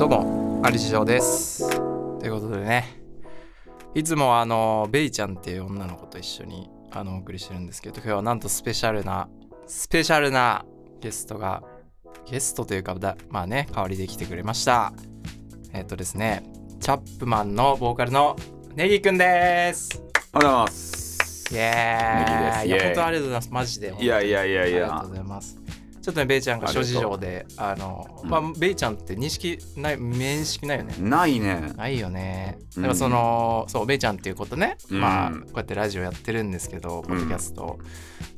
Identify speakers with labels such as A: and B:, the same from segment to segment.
A: どうも、アリシジョウです。ということでね、いつもあの、ベイちゃんっていう女の子と一緒にあのお送りしてるんですけど、今日はなんとスペシャルな、スペシャルなゲストが、ゲストというかだ、まあね、代わりで来てくれました。えっ、とですね、チャップマンのボーカルのネギくんです。
B: おはようございます。
A: イエーイ。
B: ネギですイ
A: いや、
B: エーイ
A: 本当ありがとうございます。マジで。
B: いやいやいやい
A: ありがと
B: や
A: うご。ざいます。ちょっとね、ベイちゃんが諸事情で、あの、
B: うん
A: まあ、ベイちゃんって認識ない、面識ないよね。
B: ないね。
A: ないよね。
B: う
A: だ
B: ん
A: からその、そう、ベイちゃんっていうことね、
B: うん
A: まあ、こうやってラジオやってるんですけど、ポッドキャスト。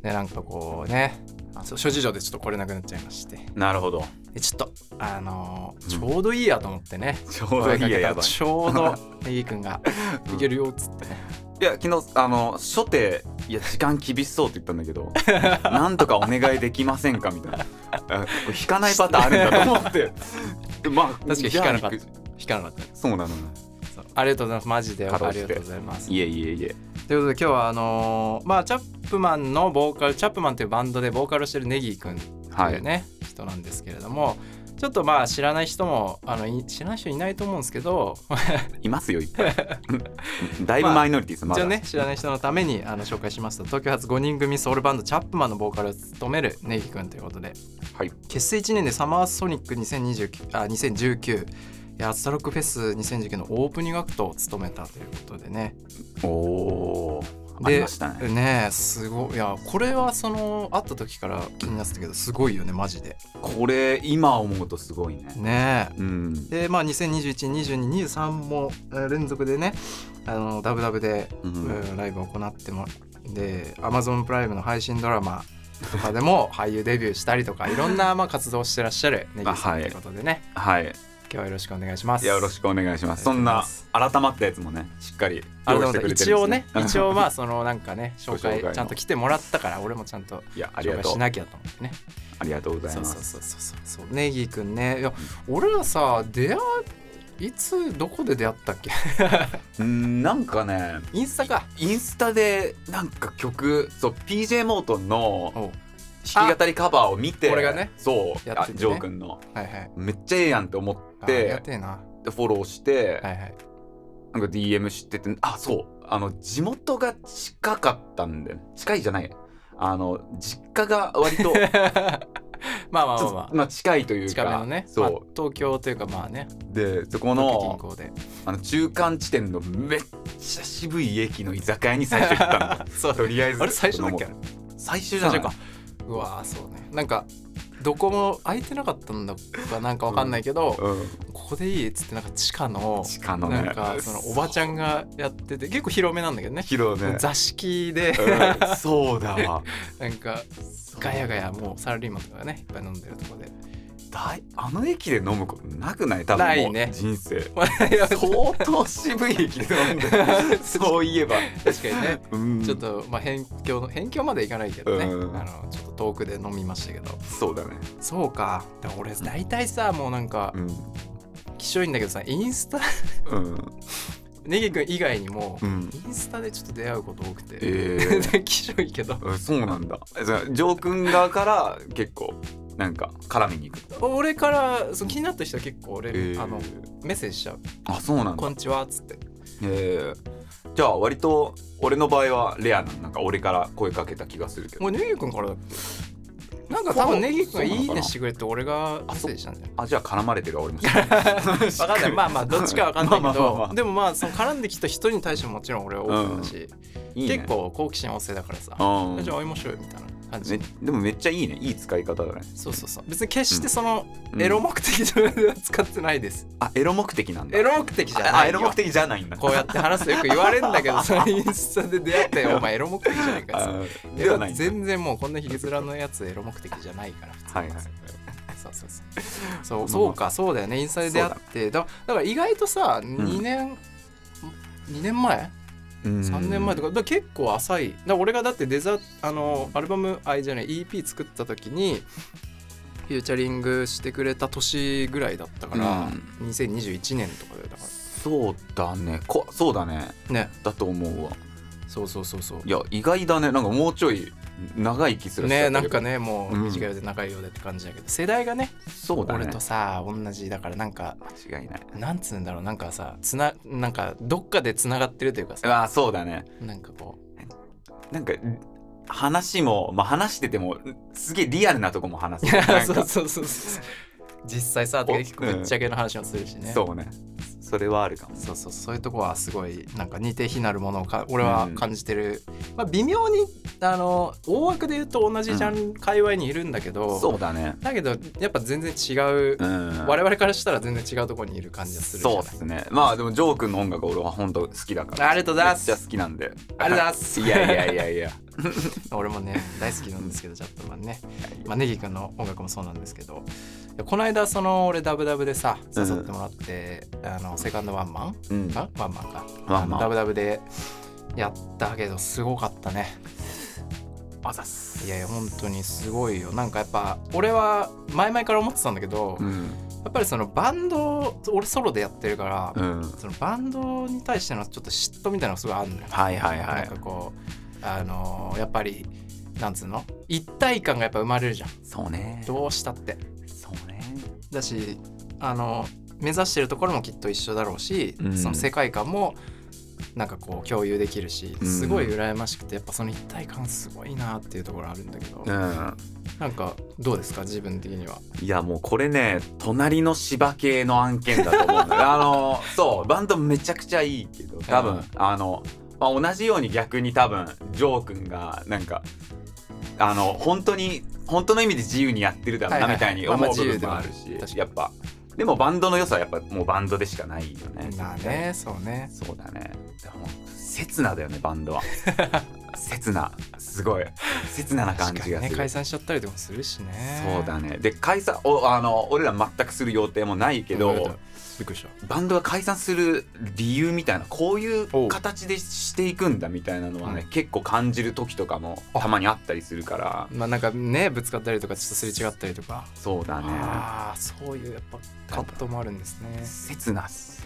A: で、なんかこうね、あそう諸事情でちょっと来れなくなっちゃいまして。
B: なるほど。
A: でちょっと、あのー、ち
B: うん
A: ょうどいいやと思ってね。
B: ちょうどいいや
A: 声かけたら
B: やだ。い
A: ちょうど、 ネギ君が、
B: うん
A: いけるよっつってね。
B: や昨日あの初手いや時間厳しそうって言ったんだけ ど、なんとかお願いできませんかみたいな。あこれ引かないパターンあるんだと思って。でまあ確
A: 確かに引かなかった。引かなかった。
B: そうなのね。
A: そうありがとうございます。マジで、あ
B: かろう
A: り
B: じて
A: がとうございます。
B: いえいえいえ。
A: ということで今日はあのーまあチャップマンのボーカルチャップマンというバンドでボーカルをしてるネギーくんと。
B: はいいう
A: ね、人なんですけれどもちょっとまあ知らない人もあのい知らない人いないと思うんですけど、
B: いますよいっぱ い。だいぶマイノリティですま
A: 一応
B: だ。
A: ね知らない人のためにあの紹介しますと東京発5人組ソウルバンドチャップマンのボーカルを務めるネギーくんということで
B: はい。
A: 結成1年でサマーソニック2029あ2019やアスタロックフェス2019のオープニングアクトを務めたということでね
B: おおー。あ
A: で
B: りましたね。
A: ねえすごいいやこれはその会った時から気になってたけどすごいよねマジで
B: これ今思うとすごいね。
A: ね
B: うん。
A: えでまあ20212223もえー連続でねあのダブダブで、
B: う
A: うん
B: ん。
A: ライブを行ってもで Amazon プライムの配信ドラマとか でも俳優デビューしたりとかいろんなまあ活動をしてらっしゃるネギさ
B: あは
A: ん
B: い
A: ということでね
B: はい。
A: 今日はよろしくお願いします
B: いやよろしくお願いします。そんな改まったやつもね、しっかり
A: あ
B: 用意
A: の
B: してくれて
A: 一
B: る
A: 応
B: んで
A: ね
B: す、
A: 一応まあそのなんかね
B: ご
A: 紹
B: 紹介の
A: 介ちゃんと来てもらったから俺もちゃんと
B: いやあり
A: 紹
B: が
A: 介
B: とう
A: し。なきゃと思ってね
B: ありがとうございま
A: そう
B: す。
A: そうそうそうそうネギくんねいや俺らさ出会いいつどこで出会ったっけ
B: うーんなんかね、
A: インスタか
B: インスタでなんか曲、そう PJ モートンの
A: おう
B: 弾き語りカバーを見て、
A: あ俺がね
B: そう、
A: やっ
B: あ
A: ててね
B: ジョー君の
A: はいはい
B: めっちゃええやんって思っ
A: あありが
B: て
A: てえな
B: でフォローして、
A: はい はい
B: なんか DM 知ってて、あそうあの地元が近かったんで近いじゃない。あの実家が割 とち
A: まあま
B: ょ
A: あまあ
B: っ
A: ま
B: とまあ近いという
A: あ
B: か、
A: 近めのね、まあ
B: そ、
A: 東京というかまあね
B: うでそこ
A: 東京近
B: の
A: 郊で
B: あの中間地点のめっちゃ渋い駅の居酒屋に最初行ったんだ
A: そう
B: とりあえず
A: あれ最初だっけ
B: もう最初じ
A: 最
B: ゃな
A: 初
B: い
A: かうわーそうねなんかどこも空いてなかったんだかなんかわかんないけど、
B: う
A: ここでいいっつってなんか地下の
B: ん地下のね
A: なんかそのおばちゃんがやってて結構広めなんだけどね
B: 広 ね
A: 座敷で、
B: うんそうだわ
A: なんかガヤガヤもうサラリーマンとかがねいっぱい飲んでると こで
B: だいあの駅で飲むことなくない多分
A: ない
B: も
A: ね
B: う人生、
A: いや
B: 相当渋い駅で飲んでる そういえば、
A: 確かにね
B: うん、
A: ちょっとまあ辺境の辺境まではいかないけどね、
B: うん
A: あのちょっと遠くで飲みましたけど
B: そうだね、
A: そうかだから俺大体さもうなんか
B: うん
A: きしょいんだけどさインスタ
B: うん
A: ネギ君以外にも、
B: うん
A: インスタでちょっと出会うこと多くて、
B: え ー
A: きしょいけど
B: うんそうなんだじゃあジョー君側から結構なんか絡みに行く
A: 俺からその気になった人は結構俺、
B: えー
A: あのメッセージしちゃう
B: あそうなんだ
A: 「こんにちは」っつって
B: えー、じゃあ割と俺の場合はレアななんか俺から声かけた気がするけど
A: もうネギ君からだっけなんか多分ネギ君が「いいね」してくれって俺がメッ
B: あ
A: セ
B: そう
A: ージしたんだよ
B: あじゃあ絡まれてるわ俺もわ
A: わかんない ま あまあどっちかわかんないけ
B: まあまあまあま
A: ど
B: あ
A: でもまあその絡んできた人に対してももちろん俺はオープンだし、
B: いいね
A: 結構好奇心旺盛だからさ、
B: うん
A: じゃあ会いましょうよみたいな感じ、
B: めでもめっちゃいいねいい使い方だね、
A: そうそうそう別に決してその
B: うん
A: エロ目的とは使ってないです、
B: あ エロ目的なんだ
A: エロ目的じゃ
B: あ
A: な
B: エ
A: いよ
B: ロ目的じゃないんだ
A: こうやって話すとよく言われるんだけ どそのインスタで出会ってお前エロ目的じゃないからさ
B: あ
A: エ
B: で
A: ロ
B: はないんだ
A: 全然もうこんなひげ面のやつエロ目的じゃないから普通
B: はいはい
A: にそうそうそうそうそうかそうだよねインスタで出会ってだだから意外とさ2年、2年前3年前と
B: か
A: かだから結構浅いだから俺がだってデザあのアルバムあれじゃない EP 作った時にフューチャリングしてくれた年ぐらいだったから、2021年とかでだか
B: そうだねこそうだね
A: らね
B: だと思うわ
A: そうそうそうそう
B: いや意外だねなんかもうちょい長生きする人だっ
A: ね
B: た
A: なん
B: け
A: か
B: ど
A: ねもう
B: うん
A: 短いようで長いようでって感じだけど、世代がね
B: そうだね
A: 俺とさ同じだからなんか
B: 間違いない
A: なんつうんだろうなんかさつななんかどっかでつながってるというかさ
B: ああそうだね
A: なんかこ
B: なんか話も、まあ、話しててもすげえリアルなとこも話
A: う
B: すなんか
A: そうそうそうそう実際さ
B: お
A: ぶっちゃけの話もするしね、
B: そうねそれはあるかも
A: そうそうそういうとこはすごいなんか似て非なるものをか俺は
B: うん
A: 感じてる、まあ微妙にあの大枠で言うと同じジャンル、界隈にいるんだけど
B: そうだね
A: だけどやっぱ全然違う、
B: うん
A: 我々からしたら全然違うところにいる感じがするじ
B: そう
A: ゃない
B: っすねまあでもジョー君の音楽は俺は本当好きだから
A: ありがとうございます
B: めっちゃ好きなんで
A: ありがとうございます
B: いやいやいやいや
A: 俺もね大好きなんですけどチャットマンね、まあ、ネギ君の音楽もそうなんですけどいやこの間その俺ダブダブでさ誘ってもらって、あのセカンドワンマン
B: うん
A: あワンマンか
B: ワンマン
A: あのダブダブでやったけどすごかったね
B: あざっす
A: いやいや本当にすごいよなんかやっぱ俺は前々から思ってたんだけど、
B: う
A: や
B: ん
A: っぱりそのバンド俺ソロでやってるから、
B: うん
A: そのバンドに対してのちょっと嫉妬みたいなのがすごいあるのよ
B: はいはいは
A: なん
B: い
A: かこうあのーやっぱりなんつうの一体感がやっぱ生まれるじゃん
B: そうね
A: どうしたって
B: そうね
A: だしあの目指してるところもきっと一緒だろうし、
B: うん
A: その世界観もなんかこう共有できるし
B: うん
A: すごい羨ましくてやっぱその一体感すごいなっていうところあるんだけど、
B: うん
A: なんかどうですか自分的には。
B: いやもうこれね隣の芝系の案件だと思う のよあのそうバンドめちゃくちゃいいけど多
A: う
B: 分
A: ん
B: あの、まあ、同じように逆に多分ジョー君がなんかあの本当に本当の意味で自由にやってるだろうな
A: はい
B: み
A: はいは
B: た
A: い
B: いに思
A: まあ
B: う
A: ま
B: 部
A: あ
B: 分
A: 自由で
B: も
A: は
B: あ
A: ある
B: るし
A: 確かに
B: やっぱでもバンドの良さはやっぱもうバンドでしかないよね
A: まあねそうね
B: そうだねでも刹那だよねバ ンドは刹那すごい刹那な感
A: 確か
B: じ
A: に
B: が
A: ね
B: する
A: 解散しちゃったりとかもするしね
B: そうだねで解散おあの俺ら全くする予定もないけ
A: びっ
B: ど
A: くりした
B: バンドが解散する理由みたいなこういう形でしていくんだみたいなのはね、
A: う
B: 結構感じる時とかも
A: あ
B: たまにあったりするから
A: まあなんかねぶつかったりとかちょっとすれ違ったりとか
B: そうだね
A: ああそういうやっぱ葛藤もあるんですね
B: 切なっす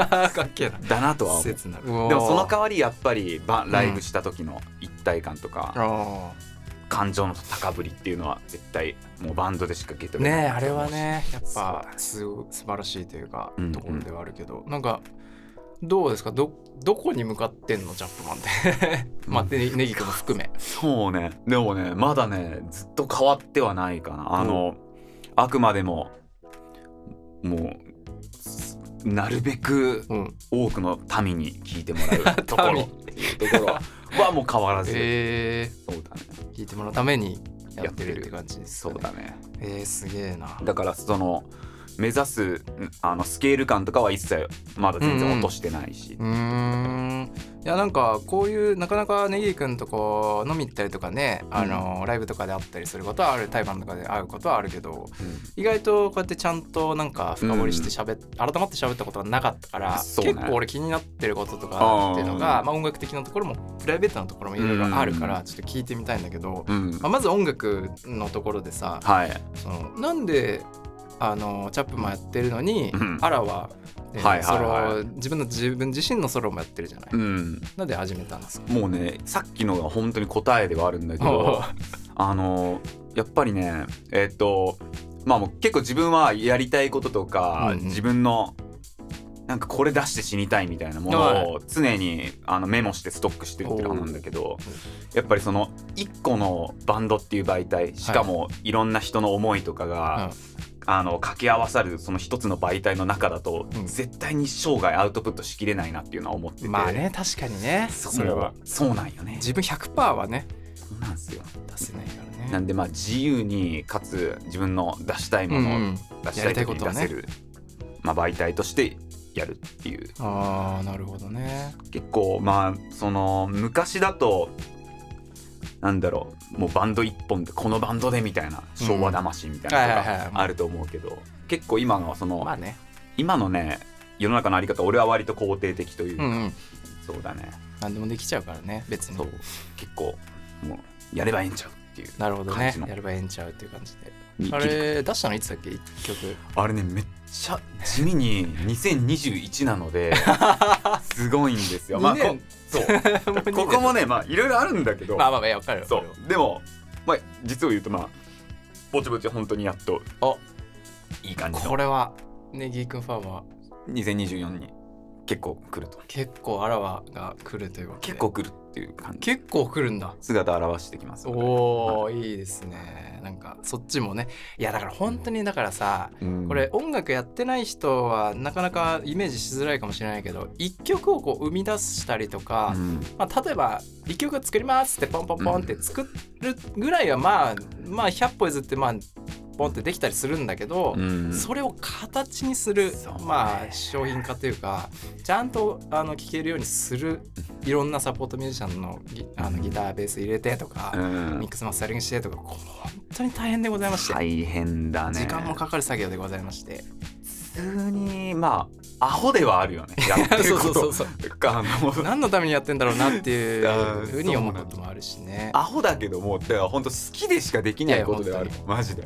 A: かっけえな
B: だなとは思うで
A: 切なで
B: もその
A: か
B: 代わりやっぱりバライブした時の一体感とか、感情の高ぶりっていうのは絶対もうバンドでしかゲットでき
A: ね
B: ない
A: えあれはねやっ
B: そう
A: ぱ
B: だね
A: すご素晴らしいというか
B: うんうん
A: ところではあるけど、なんかどうですかどどこに向かってんのジャップマンって まあ、ねネギ君も含め
B: そうねでもねまだねずっと変わってはないかなあの、あくまでももうなるべく
A: うん
B: 多くの民に聞いてもらうところ
A: 民
B: っていうところはもう変わらず、
A: え
B: そうだね
A: ー、聞いてもらうためにやってるって感じです
B: そ
A: か
B: う
A: ね、
B: だね
A: えー、すげえな
B: だからその目指すんあのスケール感とかは一切まだ全然落としてないし、
A: うーんいやなんかこういうなかなかネギ君とこう飲み行ったりとかね、あのライブとかで会ったりすることはある対バンとかで会うことはあるけど意外とこうやってちゃんとなんか深掘りしてしゃべっ、改まって喋ったことがなかったから、
B: そうね
A: 結構俺気になってることとかっていうの
B: あ
A: が
B: ー
A: まあ、音楽的なところもプライベートなところもいろいろあるから
B: う
A: ちょっと聞いてみたいんだけど、
B: うん、うん
A: まあ、まず音楽のところでさ
B: はい
A: そのなんであのチャップもやってるのに、
B: うん
A: アラは,、えー
B: はいはいはい
A: ソロ自分の自分自身のソロもやってるじゃない、
B: うん
A: なんで始めたんですか
B: もうねさっきのが本当に答えではあるんだけ どあのやっぱりねえっ、とまあもう結構自分はやりたいこととか、
A: うんうん
B: 自分のなんかこれ出して死にたいみたいなも
A: は
B: の
A: い
B: を常にあのメモしてストックしてるっていう派なんだけどやっぱりその1個のバンドっていう媒体しかもいろんな人の思いとかが、あの掛け合わさるその一つの媒体の中だと、
A: うん
B: 絶対に生涯アウトプットしきれないなっていうのは思ってて
A: まあね確かにね
B: そう
A: それは
B: そうなんよね
A: 自分100%はね
B: そうなんですよ
A: 出せないからね
B: なんでまあ自由にかつ自分の出したい
A: うん
B: ものを
A: うん
B: 出したい時に出せる、まあ、媒体としてやるっていう
A: ああなるほどね
B: 結構まあその昔だとなんだろうもうバンド一本でこのバンドでみたいな昭和魂みたいなの
A: はいはいはい
B: があると思うけど結構今のその、
A: まあね
B: 今のね世の中のあり方俺は割と肯定的という
A: う
B: か、
A: んうん
B: そうだね
A: 何でもできちゃうからね別に
B: そう結構もうやればええんちゃうっていう
A: なるほど
B: 感
A: ね
B: じの
A: やればええんちゃうっていう感じで
B: に
A: あれ出したのいつだっけ一曲
B: あれねめっちゃ地味 に2021なのですごいんです よ。まあ、
A: 二
B: こ
A: 年
B: そう
A: もう二年
B: ここもねまあいろいろあるんだけど、
A: まあまあまあいやわかるよ
B: そうでも、まあ、実を言うとまあぼちぼち本当にやっと
A: お
B: いい感じ
A: こ
B: の
A: れはネギー君ファンは
B: 2024に結構来ると
A: 結構あらわが来るということで
B: 結構来るっていう感じ
A: 結構来るんだ
B: 姿を現してきますよね
A: お
B: は
A: ーいいですねなんかそっちもねいやだから本当にだからさ
B: うん
A: これ音楽やってない人はなかなかイメージしづらいかもしれないけど一曲をこう生み出したりとか
B: う、ん
A: まあ、例えば一曲作りますってポンポンポンって作るぐらいはまあまあ100歩譲ってまあポンってできたりするんだけど、
B: うん
A: それを形にする、
B: そうね
A: まあ商品化というかちゃんとあの聴けるようにするいろんなサポートミュージシャンのギあのギターベース入れてとか、
B: うん
A: ミックスマスタリングしてとかこう本当に大変でございまして、
B: 大変だね
A: 時間もかかる作業でございまして
B: 普通にまあアホではある よねやってるこ
A: そうそ
B: と
A: うそう
B: あの
A: 何のためにやってんだろうなってい
B: あ
A: う
B: ー
A: ふうに思うこともあるしね
B: アホだけどもだから本当好きでしかできないことではある
A: いや
B: マジで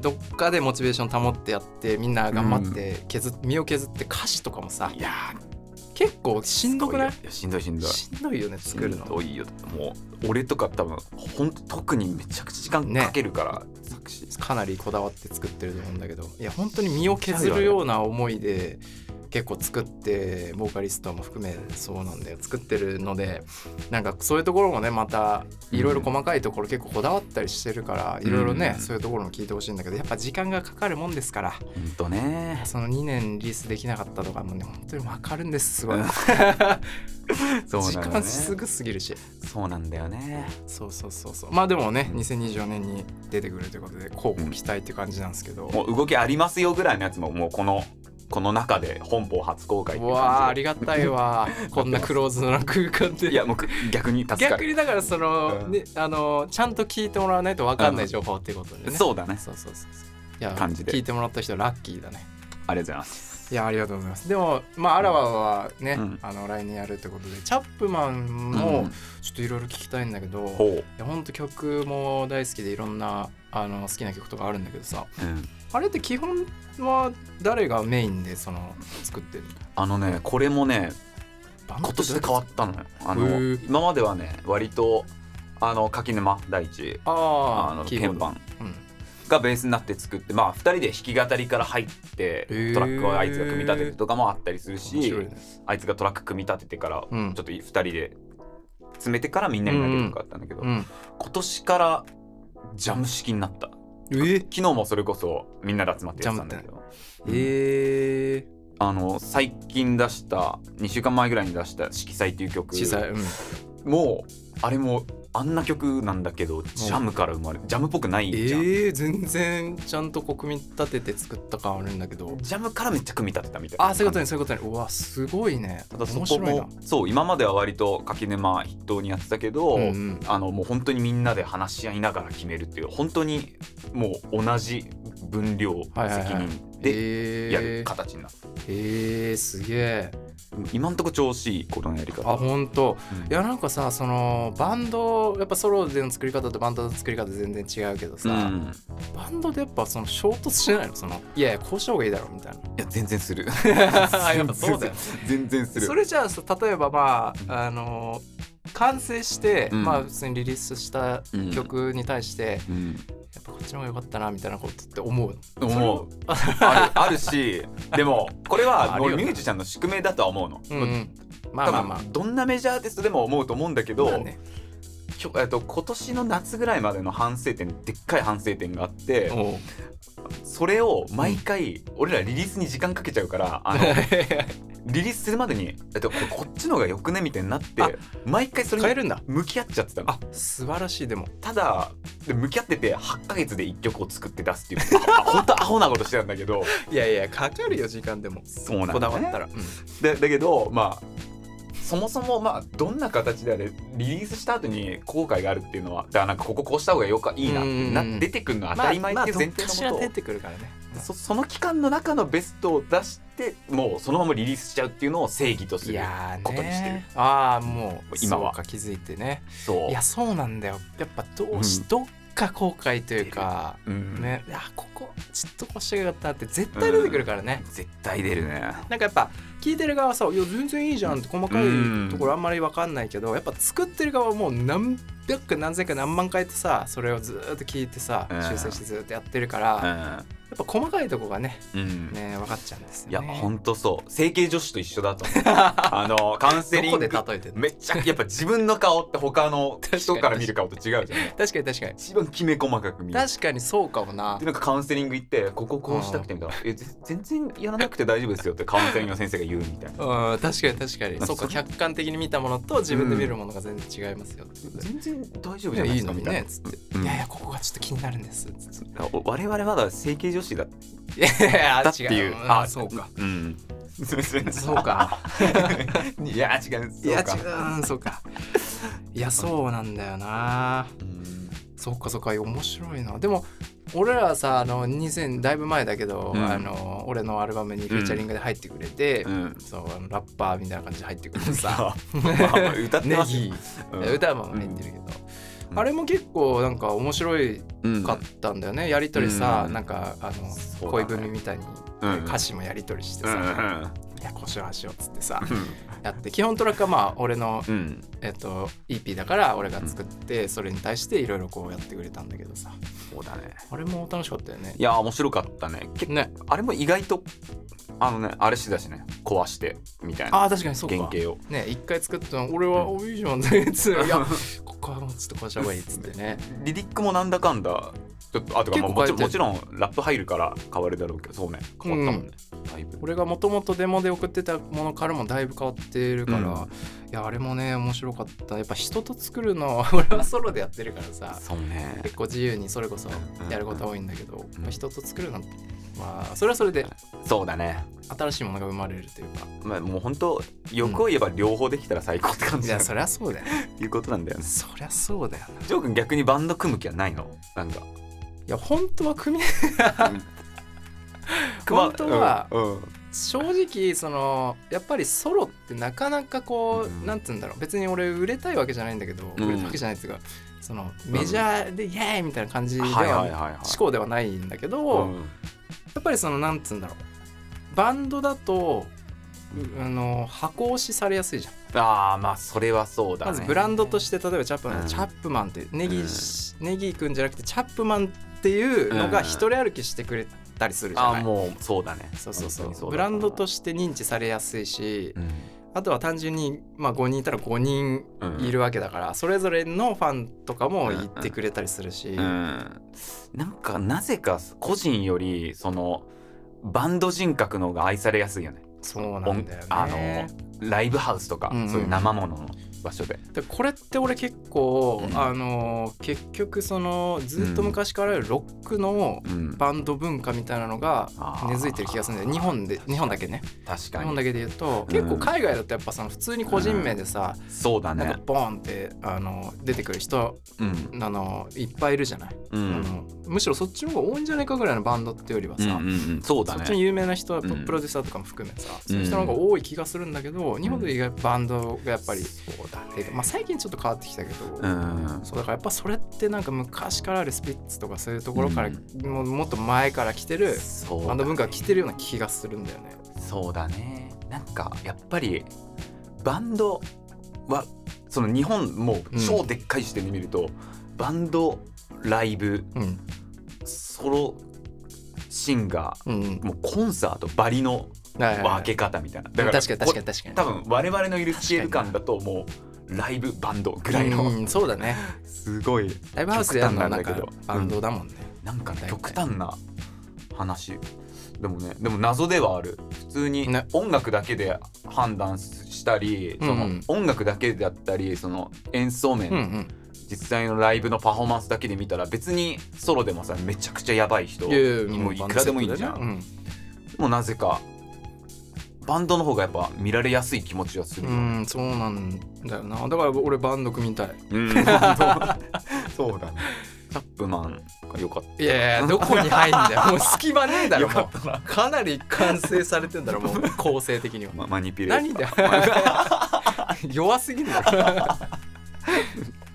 A: どっかでモチベーション保ってやってみんな頑張って削っ身を削って歌詞とかもさ
B: いや
A: 結構しんどくない
B: やしんどいしんどい
A: しんどいよね作る
B: しんど
A: の。
B: いよもう俺とか多分本当特にめちゃくちゃ時間かけるから、作詞
A: かなりこだわって作ってると思うんだけどいや本当に身を削るような思いで結構作ってボーカリストも含めそうなんだよ作ってるのでなんかそういうところもねまたいろいろ細かいところ結構こだわったりしてるから
B: うん
A: いろいろね
B: うん
A: そういうところも聞いてほしいんだけどやっぱ時間がかかるもんですから
B: ほんとね
A: その2年リリースできなかったとかもね本当に分かるんですすごい
B: うんそうなん
A: 時
B: だよ
A: 間
B: ね
A: すぐ過ぎるし
B: そうなんだよね
A: そうそうそうそうまあでもね
B: うん
A: 2024年に出てくるということでこうご期待って感じなんですけど、
B: もう動きありますよぐらいのやつももうこのこの中で本邦初公開って
A: う
B: いう
A: わああ
B: 感じ
A: り
B: で
A: がた いわこんなクローズの空間で
B: いやもうく逆に助か
A: 逆
B: る
A: にだからその、
B: うん
A: ねあのちゃんと聞いてもらわないと分かんない情報っていうことでね、
B: そうだね
A: そうそうそうそういや
B: 感じで
A: 聞いてもらった人ラッキーだね
B: ありがとうございます
A: いやありがとうございますでもまああらわはね、
B: うん
A: あの来年やるってことでチャップマン
B: う
A: も
B: ん
A: ちょっといろいろ聞きたいんだけど、い
B: ほ
A: やほんと曲も大好きでいろんなあの好きな曲とかあるんだけどさ
B: う、うん
A: あれって基本は誰がメインでその作ってるの
B: あのねこれもね
A: バン
B: 今
A: ドって
B: 年で変わったのよあ
A: へ
B: の
A: ー
B: 今まではね割とあの柿沼大地あ
A: あ
B: の
A: あキー
B: 鍵
A: ボード、
B: 盤
A: うん、
B: がベースになって作ってまあ2人で弾き語りから入って
A: へー
B: トラックをあいつが組み立ててとかもあったりするし、
A: 面白いね
B: あいつがトラック組み立ててからち
A: う
B: ょ
A: ん
B: っと2人で詰めてからみんなに投げるとかあったんだけど、
A: うん
B: 今年からジャム式になった
A: え
B: 昨日もそれこそみんなで集まってやってたんだけど、
A: えー、
B: あの最近出した2週間前ぐらいに出した「色彩」っていう曲
A: 小さい、うん、
B: もうあれもあんな曲なんだけどジャムから生まれジャムっぽくない
A: え
B: じゃん、
A: ー、全然ちゃんとこう組み立てて作った感あるんだけど
B: ジャムからめっちゃ組み立てたみたいな
A: あそういうことねそういうことねうわすごいね
B: ただそ
A: 面
B: こ
A: 白いな
B: もそう今までは割と柿沼筆頭にやってたけど、
A: うんうん
B: あのもう本当にみんなで話し合いながら決めるっていう本当にもう同じ分量責
A: はいはいはい
B: 任で
A: えー、
B: やる形になった、
A: えー、すげえ
B: 今んとこ調子いいこのやり方
A: あ本当
B: うん
A: いやなんかさそのバンドやっぱソロでの作り方とバンドの作り方全然違うけど
B: う
A: さ、
B: ん、
A: バンドでやっぱその衝突しないのそのいやいやこうした方がいいだろうみたいな
B: いや 全然する
A: やっぱそうだよ
B: 全然する
A: それじゃあさ例えばまああの完成して、
B: うん
A: まあ普通にリリースした
B: うん
A: 曲に対して、
B: うん
A: やっぱこっちの方が良かったなみたいなことって思う
B: 思うあるあ るしでもこれ
A: ああ
B: は
A: るよね
B: 俺ミュージシャンの宿命だとは思うの、
A: うん、うん、ま
B: 多
A: あ
B: 分
A: まあまあ
B: どんなメジャーアーティストでも思うと思うんだけど、
A: まあね
B: きょえっと、今年の夏ぐらいまでの反省点でっかい反省点があって
A: おう
B: それを毎回俺らリリースに時間かけちゃうからあのリリースするまでに、えっと、これこっちの方がよくねみたいになって
A: あ
B: 毎回 それ
A: 変え
B: に
A: るんだ
B: 向き合っちゃってたの
A: あ素晴らしいでも
B: ただで向き合ってて8ヶ月で1曲を作って出すっていうあ本当アホなことしてたんだけど
A: いやいやかかるよ時間でも
B: そうなんだね
A: こだわったら、うん
B: だだけどまあそもそもまあどんな形であれリリースした後に後悔があるっていうのはだからなんかこここうした方がよかいいな
A: うん
B: な出てくるのは当たり前っていう前提
A: まあまあどっかしら
B: のもと
A: 出てくるからね
B: そその期間の中のベストを出してもうそのままリリースしちゃうっていうのを正義とす
A: い
B: る
A: やーね
B: ことにしてる
A: ああもう
B: 今は
A: そうか気づいてね
B: そう
A: いやそうなんだよやっぱどうし、
B: うん
A: どっか後悔というか、
B: うん
A: ねいやここちょっとこうしてよかったって絶対出てくるからね、
B: 絶対出るね
A: なんかやっぱ聞いてる側はさ「いや全然いいじゃん」って細か
B: うん
A: いところあんまり分かんないけどやっぱ作ってる側はもう何百回何千回何万回ってさそれをずーっと聞いてさ
B: うん
A: 修正してずーっとやってるからやっぱ細かいとこがね
B: うん、うん
A: ね分かっちゃうんです
B: い
A: よ
B: や
A: ね。
B: ほんとそう整形女子と一緒だ と思うあのカウンセリング
A: どこで例えてんの
B: めっちゃやっぱ自分の顔って他の
A: かに
B: 人から見る顔と違うじゃん
A: 確かに確かに
B: 一番きめ細かく見る
A: 確かにそうかもな
B: でなんかカウンセリング行ってこここうしたくてみたいな「えぜ全然やらなくて大丈夫ですよ」ってカウンセリングの先生が言うみたいな
A: うん確かに確かにそうか客観的に見たものと自分で見るものが全然違いますよっ
B: 「
A: てことで
B: 全然大丈夫
A: い
B: じゃな
A: や
B: いで
A: いい
B: すか」
A: の
B: み
A: に
B: たい
A: ね
B: な
A: っつって
B: うん
A: 「いやいやここがちょっと気になるんです」つって
B: お我々まだ整形女子だっ
A: いやいや
B: たっていう
A: 違あそうか
B: うん
A: そ
B: そう
A: か
B: いや違うそうい
A: いや違うそうかいやそうなんだよなそうかそうか面白いなでも俺らはさあの2000だいぶ前だけど、
B: うん
A: あの俺のアルバムにフューチャリングで入ってくれて、
B: うん
A: そうあのラッパーみたいな感じで入ってくれてさ
B: さあ歌って
A: ネ
B: ます
A: ギ、
B: うん
A: 歌も入ってるけど、
B: うん
A: あれも結構なんか面白い
B: うん
A: かったんだよね、やり取りさ、
B: うん
A: なんかあの、
B: そうだ
A: 恋
B: ね
A: 文みたいに
B: うん
A: 歌詞もやり取りして
B: うん
A: さ「いやこうしようああしよう」っつってさ
B: うん
A: やって基本トラックはまあ俺の
B: うん
A: えっと EP だから俺が作ってそれに対していろいろこうやってくれたんだけどさ
B: そうだね
A: あれも楽しかったよね
B: いや面白かったねけ
A: ね
B: あれも意外とあのねあれしてたしね壊してみたいな
A: ああ確かにそうか
B: 原型を
A: ね一回作ったの俺は「おいいじゃん」ってやつい やここはもうちょっとこうした方がいいっつってね
B: リリックもなんだかんだちょっとあとかまあもちろんも
A: 結
B: ちろんラップ入るから変わるだろうけどそうね変わったもんね、だいぶ
A: 俺がもともとデモで送ってたものからもだいぶ変わってるから、
B: うん
A: いやあれもね面白かったやっぱ人と作るの 俺はソロでやってるからさ
B: そうね
A: 結構自由にそれこそ
B: うん
A: やることは多いんだけど、
B: うん
A: 人と作るのまあそれはそれで
B: そうだね
A: 新しいものが生まれるというか
B: まあもう本当欲を言えば両方できたら最高って感
A: い
B: じだ
A: や
B: よ
A: そりゃそうだよね
B: っていうことなんだよね
A: そりゃそうだよな
B: ジョー君逆にバンド組む気はないのなんか
A: いや本当は 組み
B: 熊
A: 本当は
B: うんうん
A: 正直そのやっぱりソロってなかなかこ
B: うん
A: うなんつうんだろう別に俺売れたいわけじゃないんだけど、
B: うん
A: 売れたわけじゃないっていうかそのメジャーでイエーイみたいな感じでは,、
B: はいはいはいはい
A: 思考ではないんだけど、やっぱりそのなんつうんだろうバンドだとうあの箱押しされやすいじゃん、
B: ああまあそれはそうだね
A: まずブランドと
B: して
A: して例えばチャップマン、
B: うん
A: チャップマンってネギ,、ネギくんじゃなくてチャップマンっていうのが一人歩きしてくれたりするじゃ
B: あ
A: な
B: あ
A: い、
B: もうそうだね
A: そうそうそ
B: 本当
A: う
B: にだ
A: ブランドとして認知されやすいし、
B: うん
A: あとは単純に、まあ、5人いたら5人いるわけだから、それぞれのファンとかも言ってくれたりするし、
B: うんなんかなぜか個人よりそのバンド人格の方が愛されやすいよね
A: そうなんだよね。
B: 音あのライブハウスとか、
A: うんうん
B: そういう生ものの場所で
A: でこれって俺結構、
B: うん
A: あの結局そのずっと昔からあるロックの
B: うん
A: バンド文化みたいなのが
B: あー
A: 根付いてる気がするんだよ日本で日本だけね
B: 確
A: 日
B: か
A: 本だ
B: に
A: けで言うと、
B: うん
A: 結構海外だとやっぱその普通に個人名でさ、
B: そうだ
A: なん
B: ね
A: かボーンってあの出てくる人
B: うん
A: あのいっぱいいるじゃない。
B: うん
A: あのむしろそっちの方が多いんじゃないかぐらいのバンドってよりは
B: うん
A: さ、
B: うんうんそうだ
A: そっちの
B: ね
A: 有名な人はプ
B: うん
A: ロデューサーとかも含めさ、そういう人の方が多い気がするんだけど、日本で意外とバンドがやっぱり、
B: そうだ
A: てかまあ、最近ちょっと変わってきたけど、
B: うん
A: そうだからやっぱそれってなんか昔からあるスピッツとかそういうところから、
B: う
A: もうもっと前から来てる
B: そうだ
A: バンド文化が来てるような気がするんだよね。
B: そうだねなんかやっぱりバンドはその日本もう超でっかい視点で見ると、バンドライブ
A: うん
B: ソロシンガ
A: うんうん
B: ーもうコンサートバリの
A: はいはいはい
B: 分け方みたいな、
A: 確かに確かに
B: こ
A: 確かに
B: 多分我々のいるスケール感だともうライブバンドぐらいの、
A: うんそうだね
B: すごい
A: ライブハウスでやるのはなん
B: 極
A: か
B: 端なんだけど
A: バンドだもんね、
B: なんかね
A: 大体
B: 極端な話でもねでも謎ではある普通に
A: ね
B: 音楽だけで判断したり、
A: うんうん
B: その音楽だけだったりその演奏面、
A: うん、うん
B: 実際のライブのパフォーマンスだけで見たら別にソロでもさめちゃくちゃやばい人
A: いやいや
B: もういくらでもいいじゃん、
A: うん
B: もうなぜかバンドの方がやっぱ見られやすい気持ちがする
A: う
B: よ、
A: んそうなんだよなだから俺バンド組みたい
B: うん、そうだねチャップマンが良かっ
A: いやい やどこに入んだよもう隙間ねえ
B: た
A: だろもうかなり完成されてんだろもう構成的には
B: まマニピュレー
A: 何だよ 弱す ぎるよ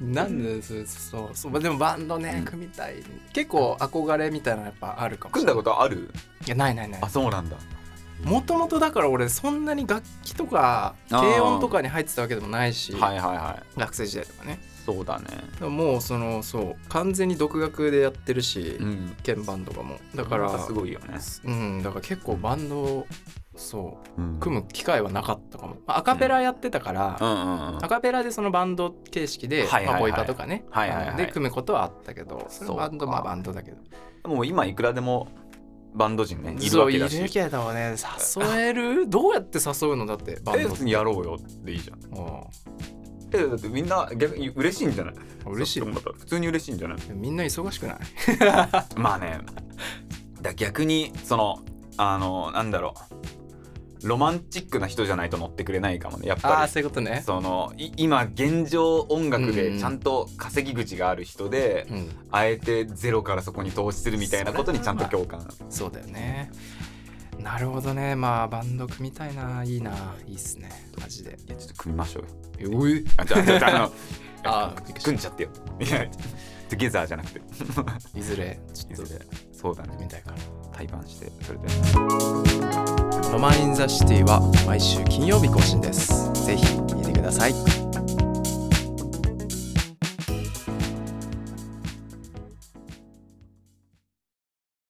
A: なんでそうそうそうまあでもバンドね
B: うん
A: 組みたい結構憧れみたいなのやっぱあるかもし
B: 組ん
A: れ
B: だ
A: ない
B: ことある
A: いやないないない
B: あそうなんだ
A: もともとだから俺そんなに楽器とか
B: あ
A: 低
B: ー
A: 音とかに入ってたわけでもないし、
B: はいはいはい
A: 学生時代とかね
B: そうだね
A: でももうそのそう完全に独学でやってるし、
B: ん
A: 鍵盤とかもだ
B: だ
A: から
B: すごいよね、
A: うんだから結構バンドをそう
B: うん、
A: 組む機会はなかったかも、まあ、アカペラやってたから、
B: うんうんうん
A: アカペラでそのバンド形式
B: は
A: で、
B: いはいはい
A: まあ、ボイパとかね、
B: はいはいはい
A: で組むことはあったけどそれ
B: そう
A: バンドまあ
B: か
A: バンドだけど
B: もう今いくらでもバンド人ねいる
A: そ
B: わ
A: うい
B: けだ
A: る
B: し
A: けどね誘えるどうやって誘うのだってバ
B: え
A: ンド
B: 別にやろうよでいいじゃん
A: う
B: えだってみんな逆に嬉しいんじゃない
A: ん嬉しい
B: そうだから普通に嬉しいんじゃない
A: みんな忙しくない
B: まあねだ逆にそのあのなんだろうロマンチックな人じゃないと乗ってくれないかもねやっ
A: ああ
B: ぱ
A: そういうこと
B: り
A: ね
B: そのい今現状音楽
A: う
B: で
A: ん
B: ちゃんと稼ぎ口がある人で、
A: うん
B: あえてゼロからそこに投資するみたいなことにちゃんと共 感
A: そうだよねなるほどねまあバンド組みたいないいないいっすねマジで
B: いやちょっと組みましょうよ
A: おい
B: あじゃあじゃあじ ゃああ
A: あ
B: の
A: ーびっくりした
B: 組んじゃってよい やトゥゲザーじゃなくて
A: いずれちょっと組
B: そうだね
A: みたいかな
B: 対バンしてそれで
A: ロマン・イン・ザ・シティは毎週金曜日更新です。ぜひ見てください。